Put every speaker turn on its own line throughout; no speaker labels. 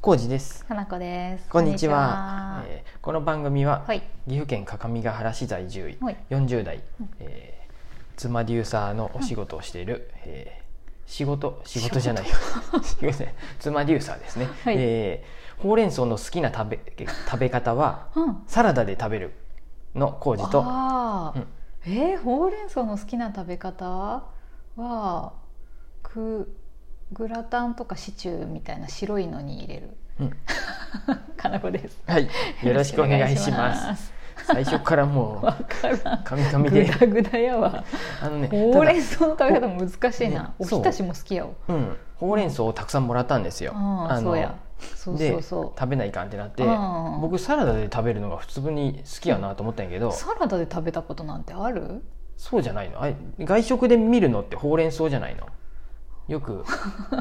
浩二です。
花子です。
こんにちは。えーこの番組は、
はい。
岐阜県各務原市在住位、
はい
40代、
うん
えー妻デューサーのお仕事をしている、えー仕事仕事じゃない 仕事じゃない妻デューサーですね、
はい
えーほうれん草の好きな食べ食べ方は
うん。
サラダで食べるの浩二と
ああ、
うん
えーほうれん草の好きな食べ方はくグラタンとかシチューみたいな白いのに入れる。
うん
花子です。
はいよろしくお願いします
す。
最初からも
わ
う
からん。
カミカミ
グ
で
ダグダやわ。
あ のね
ほうれ
ただ
ん草の食べ方も難しいな。
お
お
ねそう
ひたしも好きやわ。
うんほうれん草をたくさんもらったんですよ、
ああ、
の
そうや。そう
で
そうそ
食べないかんってなって
うん
僕サラダで食べるのが普通に好きやなと思ったんやけど、
う。サラダで食べたことなんてある？
そうじゃないのあれ外食で見るのってほうれん草じゃないのよく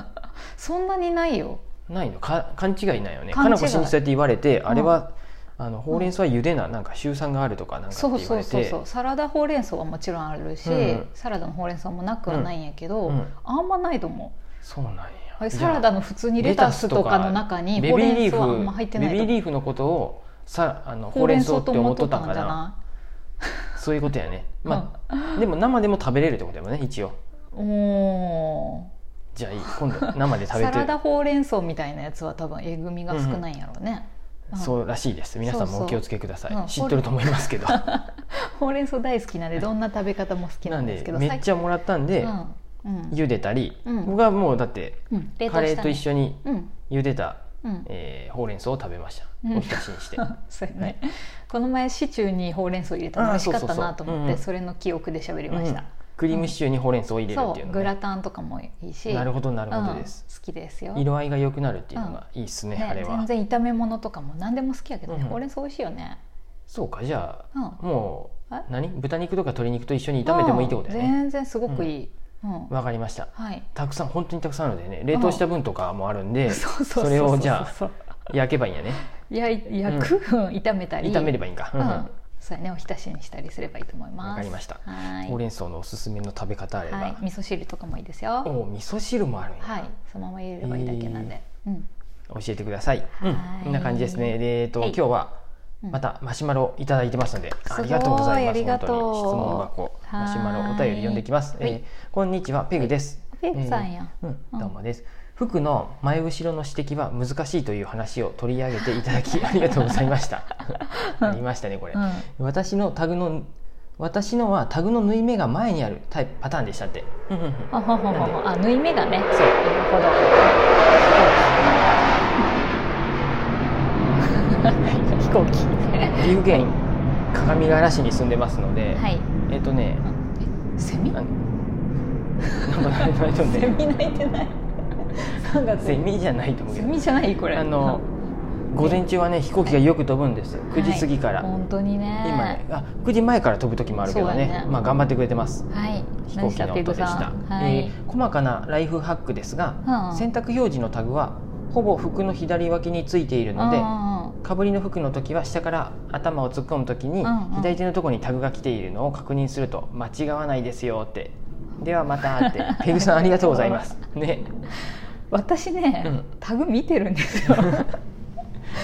そんなにないよ。
ないのか勘違いなんよね
勘違い
かなこしにそうやって言われて、
ん
あれはあのほうれん草は茹でななんかシュウ酸があるとかなんかって言
そ
わ
う
れて
そうそうそうサラダほうれん草はもちろんあるし、
うん
サラダのほうれん草もなくはないんやけど、
うん
あんまないと思う
そうなんや
あれ
じゃ
サ
あ
ラダの普通にレタスとかの中に
ベ
ほう
ビー
れ
リ
ん草はあんま
ー
入って
フ
な
ベビー
いと思う
リーフのことをさあの
ほ
ほ
う
う
れ
れ
ん
ん
草
草
っ
ってて
思
思
っ
っ
と
と
っ
ったた
ん
ん
じゃ
かな
な
そういうことやねまあでも生でも食べれるってことやもんね一応
いお
じゃあいい今度生で
ー
食べ
サ
て
ラダほうれん草みたいなやつは多分えぐみが少ないんやろうね、うん
そうらしいです皆さん
そう
も
そう
お気をつけください
うん
知っとると思いますけ ど
ほうれん草大好きなんでどんな食べ方も好き
な
なんんで
です
けど
めっちゃもらったんで
うんうん
茹でたり
うん
僕はもうだって
うん冷凍したね
カレーと一緒に
うん
茹でた
うん
えーほうれん草を食べました
うん
おひたしに して
そうやね、
はい
この前シチューにほうれん草入れたの
あ
美
ー
味しかった
そうそうそ
な
う
と思ってそ
うんうん
れの記憶で喋り
う
まし
ん
た、
クリームシチューにほうれん草を入れる
そ
っていううの
グラ
ね
タンとかもいいし
なるほどなるほどです
うん好きですよ
色合いが良くなるっていうのがいいっすねあれ
ね、
は
全然炒め物とかも何でも好きやけどね、
うんうん
ほうれん草美味しいよね、
そうかじゃ
うん、
あも
え
う何豚肉とか鶏肉と一緒に炒めてもいいってことだよ
うん
ね
全然すごくいい、うん
わかりました
はい
たくさん本当にたくさんあるのでね冷凍した分とかもあるんで
そうそうそう
それをじゃ
そうそう
あ焼けばいいんやね
や焼く、うん炒めたり
炒めればいいんか
う、
うんんうん
そうやねおひたしにしたりすればいいと思います
わかりました
はい
ほうれん草のおすすめの食べ方あれば、
はい味噌汁とかもいいですよ
お味噌汁もあるんや
はい、そのまま入れればいいだけなんで。うん、
教えてください、
は
う
い
ん、こんな感じですねで、えー、と
はい
今日は
うん
またマシュマロいただいてますので、
ごい
ありがとうございます
ありがとう
本当に質問箱
はい
マシュマロお便り読んできます、
はい
えーこんにちはペグです、
はいペグさんや
えー
う
うんん、どうもです服の前後ろの指摘は難しいという話を取り上げていただ きありがとうございましたありましたねこれ、
うん
私のタグの私のはタグの縫い目が前にあるタイプパターンでしたって、うんうんうん
あほほほほあ、縫い目がね。なる
そう
ほど。 飛行機。
岐阜県各務原市に住んでますので、
はい。
えっ、とね、
えセミ
あ。なんかないと思う
セ
ね
ミ鳴いてない。三月
セ。ミじゃないと思うけ
セ
ど、
ミじゃない、これ。
あの午前中はね飛行機がよく飛ぶんです。
うん、
9時過ぎから、
はい本当にね。
今ね、あ9時前から飛ぶ時もあるけど
そう
ね
だね
まあ頑張ってくれてます。
はい。
飛行機の音でした。
何したはい
え。ー細かなライフハックですが、
うん
洗濯表示のタグはほぼ服の左脇についているので。
うん
かぶりの服の時は下から頭を突っ込む時に
うんうん
左手のところにタグが来ているのを確認すると間違わないですよってではまたってペグさんありがとうござい ますね
私ね、
うん
タグ見てるんですよ。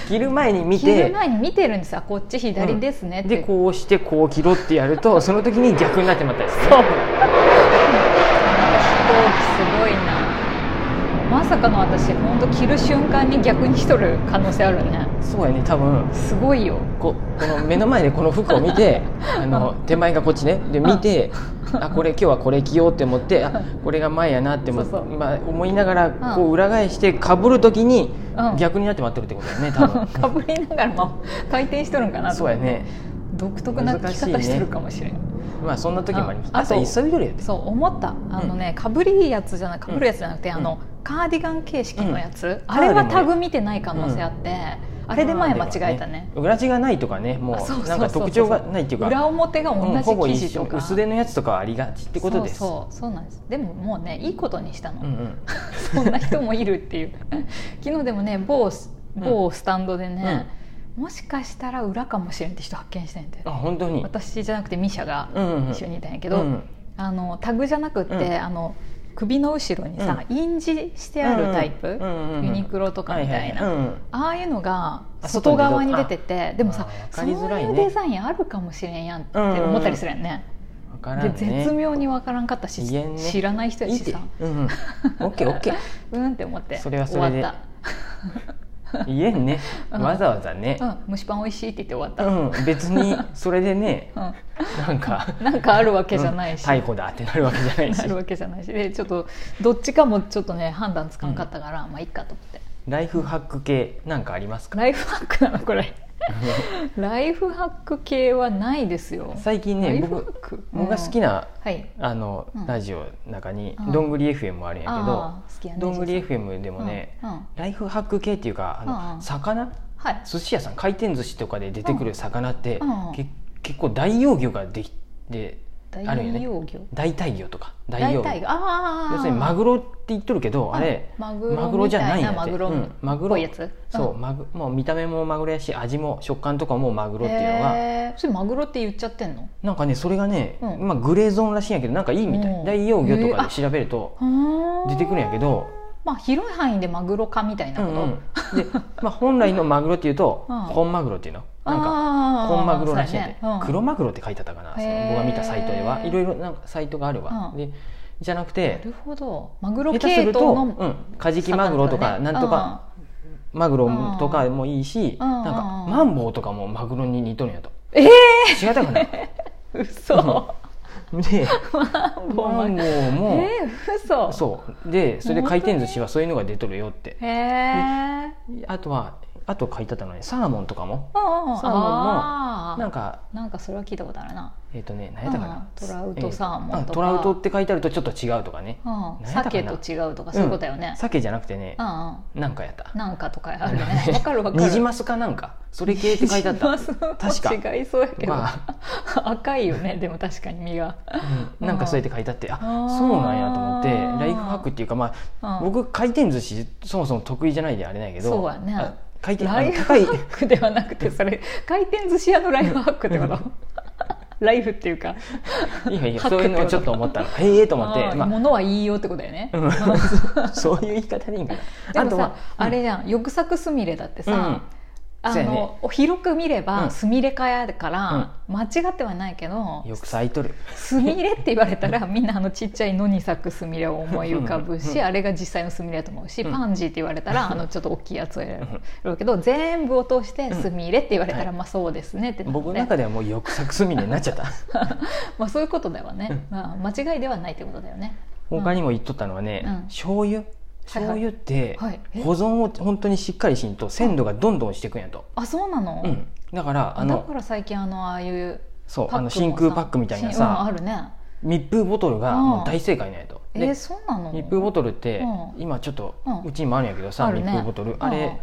着る前 に見
着る
て
前に見てるんですよ。あこっち左ですねって。
でこうしてこう着ろってやるとその時に逆になってまったですね
飛行機すごいなまさかの私本当着る瞬間に逆にしとる可能性あるね
そうやね多分
すごいよ
ここの目の前でこの服を見 てあの手前がこっちねで見てあこ れ今日はこれ着ようって思ってあこれが前やなって思っ
そうそう
まあ、思いながらこ
うん
う裏返してかぶる時に
うん
逆になって待ってるってことだよね多分
かぶり ながらも回転しとるんかなと
そう
思
や
って
ね
独特な着方してるかもしれん
まあそんな時もあります
ああ
朝
と
急いどるやで
そう思ったあのね、かぶりやつじゃないかぶるやつじゃなくて、あのカーディガン形式のやつ、あれはタグ見てない可能性あって、あれで前間違えたね、
裏地がないとかね
あ
も
そうそう
う
そうそ
な
う
んか特徴がないっていうか
裏表が
うんほぼ
同じ生地
一
と
緒
か、
薄手のやつとかはありがちってことです
そうそうそうなんですでももうねいいことにしたの、
うんうん
そんな人もいるっていう 昨日でもね某某スタンドでね、もしかしたら裏かもしれんって人発見したんやて
あ本当に
私じゃなくてミシャが
うんうんうん
一緒にいたんやけど、
うんうん
あのタグじゃなくって、
うん
あの首の後ろにさ、印字してあるタイプ、ユニクロとかみたいな、ああいうのが
あ
外側
外に
に
出
出
た
ててでもさ、
あー
そ
わかりづ
う
らい
い
ね
うデザインあるかもしれんやんって思ったりするやんね,、
わからんね
で絶妙に分からんかったし、
言えんね
知らない人や
いい
し
って
さ
うん うん OKOK
うんって思って
それはそれで
終わっ
言えんね
うん
わざわざね
た、うん、蒸しパン美味しいって言って終わっ
うん別にそれでね
た、うん
なんか
なんかあるわけじゃないし、
うん逮捕だってなるわけじゃないし
なるわけじゃないしでちょっとどっちかもちょっとね判断つかんかったから、まあいっかと思って
ライフハック系なんかあります か
ライフハックなのこれライフハック系はないですよ
最近
ラ
ね
イフハッ
僕
ク
僕が好き
な、
な
はい
あの
うん
ラジオの中に
うん
どんぐり FM あるんや
あー好き
け
や
ど
ね
どんぐり FM で
で
もね
うんうん
ライフハック系っていうかあ
うんう
の
ん
魚
はい
寿司屋さん回転寿司とかで出てくる魚って、
うんうん
け結構大容魚ができて
大
あるよね
容魚
代替魚とか大
大
容
体
魚
がああ
要するにマグロって言っとるけど
ん
あれ
マグロ
じゃないんやって
みたいなマグロ
うんマグロ
っぽいやつ
そう、
うん
マグもう見た目もマグロやし味も食感とかもマグロっていうのが、
へーそれマグロって言っちゃってんの
なんかねそれがね、
うん
まあ、グレーゾーンらしいんやけどなんかいいみたい、
うん
大容魚と
へー
か
あ
で調べると出
出
てくるんやけど、
まあ広い範囲でマグロかみたいな
う
こと、
んうんで、まあ、本来のマグロっていうと、
うん
本マグロっていうのなんか
あー
本マグロらしいん
そう
で、
やねうん
黒マグロって書いてあったかなその
へー
僕が見たサイトではいろいろなんかサイトがあるわ、
うん
でじゃなく
な
て
るほどマグロ
下手す
系
る
統
と、う
の、
ん、カジキマグロとか
魚ね
なんとか、マグロとかもいいし、
うん
なんか
うん
マンボウとかもマグロに似とるんやと
ええ
違ったかな
ー、嘘
で
ボウ
マンボウも、
えー、嘘
そうでそれで回転寿司はそういうのが出とるよって
へえ
あとはあと書いてあったのにサーモンとかも
サーモン
サーモンもな
なんんか
か
なんかそれは聞いたことあるな
えっ、とね何やったかな、
うんトラウトサーモンとか
あトラウトって書いてあるとちょっと違うとかね、
うん
何やったか
鮭
な
と違うとかそういうことだよね、
鮭じゃなくてね
う、んうん
なんかやった
なんかとかある よねわかるわかる
ニジマスかなんかそれ系って書いてあった確か、
か違いそうやけど、
ま
赤いよねでも確かに身が、
うんなんかそうやって書いてあってあ
あー
そうなんやと思ってライフハックっていうかまあ、
うん
僕回転寿司そもそも得意じゃないであれなんやけど
そうやね
あ回転あ
ラ
の
イフ
高
ハ
い
ックではな くてそれ回転寿司屋のライフハックってことライフっていうか
いやいや
ハッ
そ
ク
うい
って
うのをちょっと思ったのええと思って
あー
ま
物は言いようってことだよね、
あ、うん そういう言い方でいいんかな
で
あ
も
と
さ
は
あれじゃん浴作すみれだってさ、
うん
あ
そうや
の
ね
広く見れ
う
ば
ん
すみれかやから、間違ってはないけど
よく咲いとる
すみれって言われたらみんなあのちっちゃい野に咲くすみれを思い浮かぶ
うん
し、
うん
あれが実際のすみれだと思うし、
うん
パンジーって言われたらあのちょっと大きいやつをやるけど、全部を通してすみれって言われたら、
う
まあそうですねってなって
僕の中ではもうよく咲くすみれになっちゃった
まあそういうことだよね、まあ、間違いではないってことだよね。
他にも言っとったのはね、
うん
醤油醤油って
はいえ
保存を本当にしっかりしんと鮮度がどんどんしていくんやと、
あそうなの、
うん、だからあ
だ
の
から最近あのああいう
そう
パック
あ
も
の
さ
真空パックみたいな
うんあ
さ
るね
密封ボトルが
うん
もう大正解なんやと、
え
で
ー、そうなの
密封ボトルって
うん
今ちょっと
うん
うちにもあるんやけどさ、
あるね
密封ボトル
ん
あれ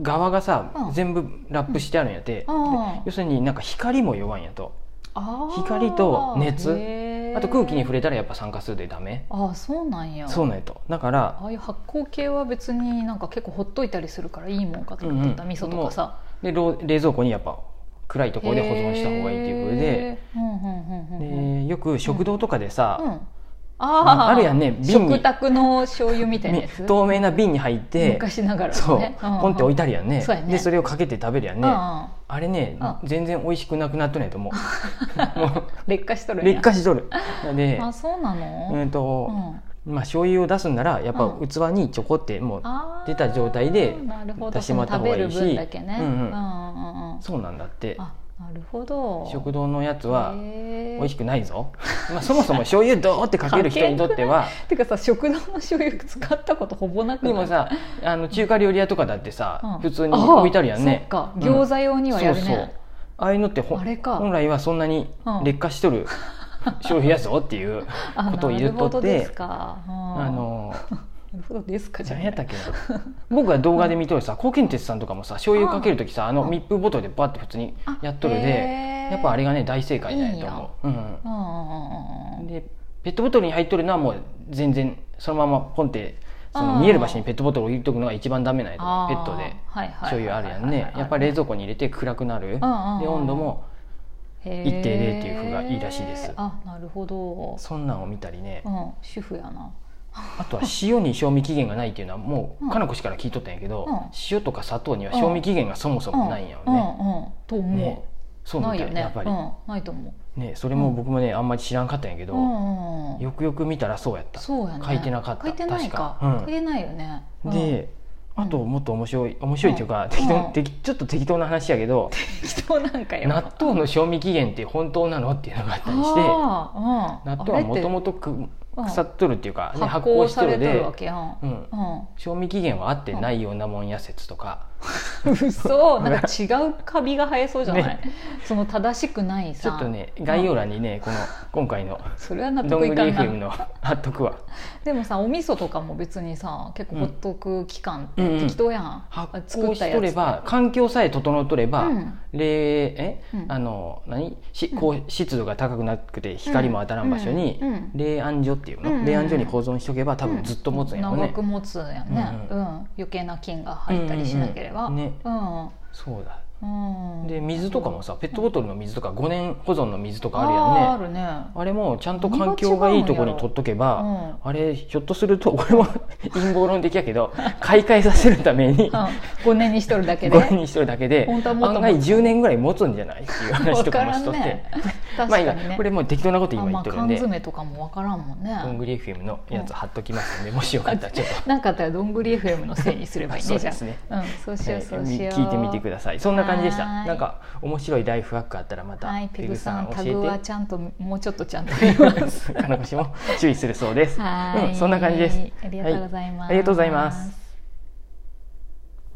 側がさ、
うん
全部ラップしてあるんやって、
うん
で要するになんか光も弱いんやと
あー
光と熱
へー
あと空気に触れたらやっぱ酸化するでダメ
あーそうなんや
そうなんやとだから
ああいう発酵系は別になんか結構ほっといたりするからいいもんかと思ってた、
うんうん
味噌とかさ
でろう冷蔵庫にやっぱ暗いところで保存した方がいいっていうことで
へーうんうんうんうんうん
でよく食堂とかでさ、
うん
あ
あ
あ
ー
るやんね瓶に
食卓の醤油みたいなやつ
み透明な瓶に入って、
昔ながら
そ
の
う、
ね
ポンって置い
た
たりやんね
そうやね
でそれをかけて食べるやんね、あれね、
う
全然美味しくなくなっとないと思うも
劣化しとる
うん
や
劣化しとるで
あそうなの、
うんと、
うん
まあ醤油を出すんならやっぱ
う
器にちょこってもう、
あー
出た状態で
なるほど
出してもらった方がいいし
その食べる分だけね、
うんうん
うんうんうん
そうなんだって
あなるほど
食堂のやつは
美
美味しくないぞ、 まあ、そもそも醤油ドーってかける人にとっては
てかさ食堂の醤油使ったことほぼなくない
でもさあの中華料理屋とかだってさ、
うん
普通に置いてあるやんね
あそっか
うん
餃子用にはやる
そうそう
ね、
ああいうのってほん
あれか
本来はそんなに
うん
劣化しとる消費やぞって いう
あ
ことを
な
言
る
っと
ほ
っ
ど
て
ですか、うん
あの
なるほどですかじゃ
何
な
や
い
ったっけな僕が動画で見とるさ高健鉄さんとかもさ醤油かける時さあの
うん
密封ボトルでバッて普通にやっとる
あ
で
へー
やっぱあれがね大正解だと思ううん
うん
うん
うんうんうん
でペットボトルに入っとるのはもう全然そのままポンってその
うん
見える場所にペットボトルを入れとくのが一番ダメないと思う
あ
ペ
ー
ットで
はいはい
醤油あるやんねやっぱ冷蔵庫に入れて暗くなるで
うんうん
温度も
へー
一定でっていう風がいいらしいです
あなるほど、
そんなんを見たりね
うん、主婦やな
あとは塩に賞味期限がないっていうのはも
うん
うかなこ氏から聞いとったんやけど、
うん
塩とか砂糖には賞味期限がそもそもないんや
う
ろ
んう
ね。
んうんと思う、
ねそうみ
な
た
い
い
よね
やっぱり、
うん、ないと思
ねそれも僕もねあんまり知らんかったんやけ
う
ど、
うんうんうん
よくよく見たらそうやった。
そうやね
書いてなかった
書いてないか
確かうん
書いてないよね うん
で、
うん
あともっと面白い面白いっていうか、適
うん
当適ちょっと適当な話やけど、
適当なんかよ
納豆の賞味期限って本当なのっていうのがあったりして
あーう
納
ん
豆はもともとく腐っとるっていうか、ね、発酵しと
さ
る
れとる
で
わ、けやん
うん、
うん
賞味期限はあってないようなもんや説とか、
嘘なんか違うカビが生えそうじゃな い、
ね
その正しくない
ち
さ
ょっとね概要欄にねこの今回の
それは
「
納
どん
得
ぐ
い
り
かん
FM」
な
の貼っとくわ
でもさお味噌とかも別にさ結構ほっとく期間、
うんうん
適当やん、
発
作
酵
った
し
やつ
とれば環境さえ整っとれば、
うん
冷え
うん
あの何し
うん
こう湿度が高くなくて光も当たらん場所に
うんうん
冷暗所っていうの、
うんうん
冷暗所に保存しとけば多分ずっと持つんやろ
長
ね
く、持つやんね、う
うん
余計な菌が入ったりしなければ、
う
う
んん
う
うん
ん
ねそうだ
うん
で水とかもさペットボトルの水とか5年保存の水とか
あ
あ
ー
るやんね
あるね
あれもちゃんと環境がいいところに取っとけば、
うん
あれひょっとするとこれも 陰謀論的やけど買い替えさせるために
うん、5年にしとるだけ
5
で
年にしとるだけで
本当はもっと持
案
つ
外10年ぐらい持つんじゃないっていう話とかもしとって、
確
まあ
か
いい
に
や
ね、
これもう適当なこと今
あ
言
ま
っ
あ
とる
缶
んで
詰とかもわからんもんね
どんぐり FM のやつ貼っときますんでもしよかったらちょっと
なんかあったらどんぐり FM のせいにすればいい
そ
ね
う
じゃ
ですね
あ、うん、 そうしよ
え
う
ー
そうしよう、
聞いてみてくださいそんな感じでした
はーい
なんか面白いライフハックあったらまた、
はいペグさんタグ はちゃんともうちょっとちゃんと
金子氏も注意するそうです。
はい
うん、そんな感じです。
ありがとうございます
はいありがとうございます。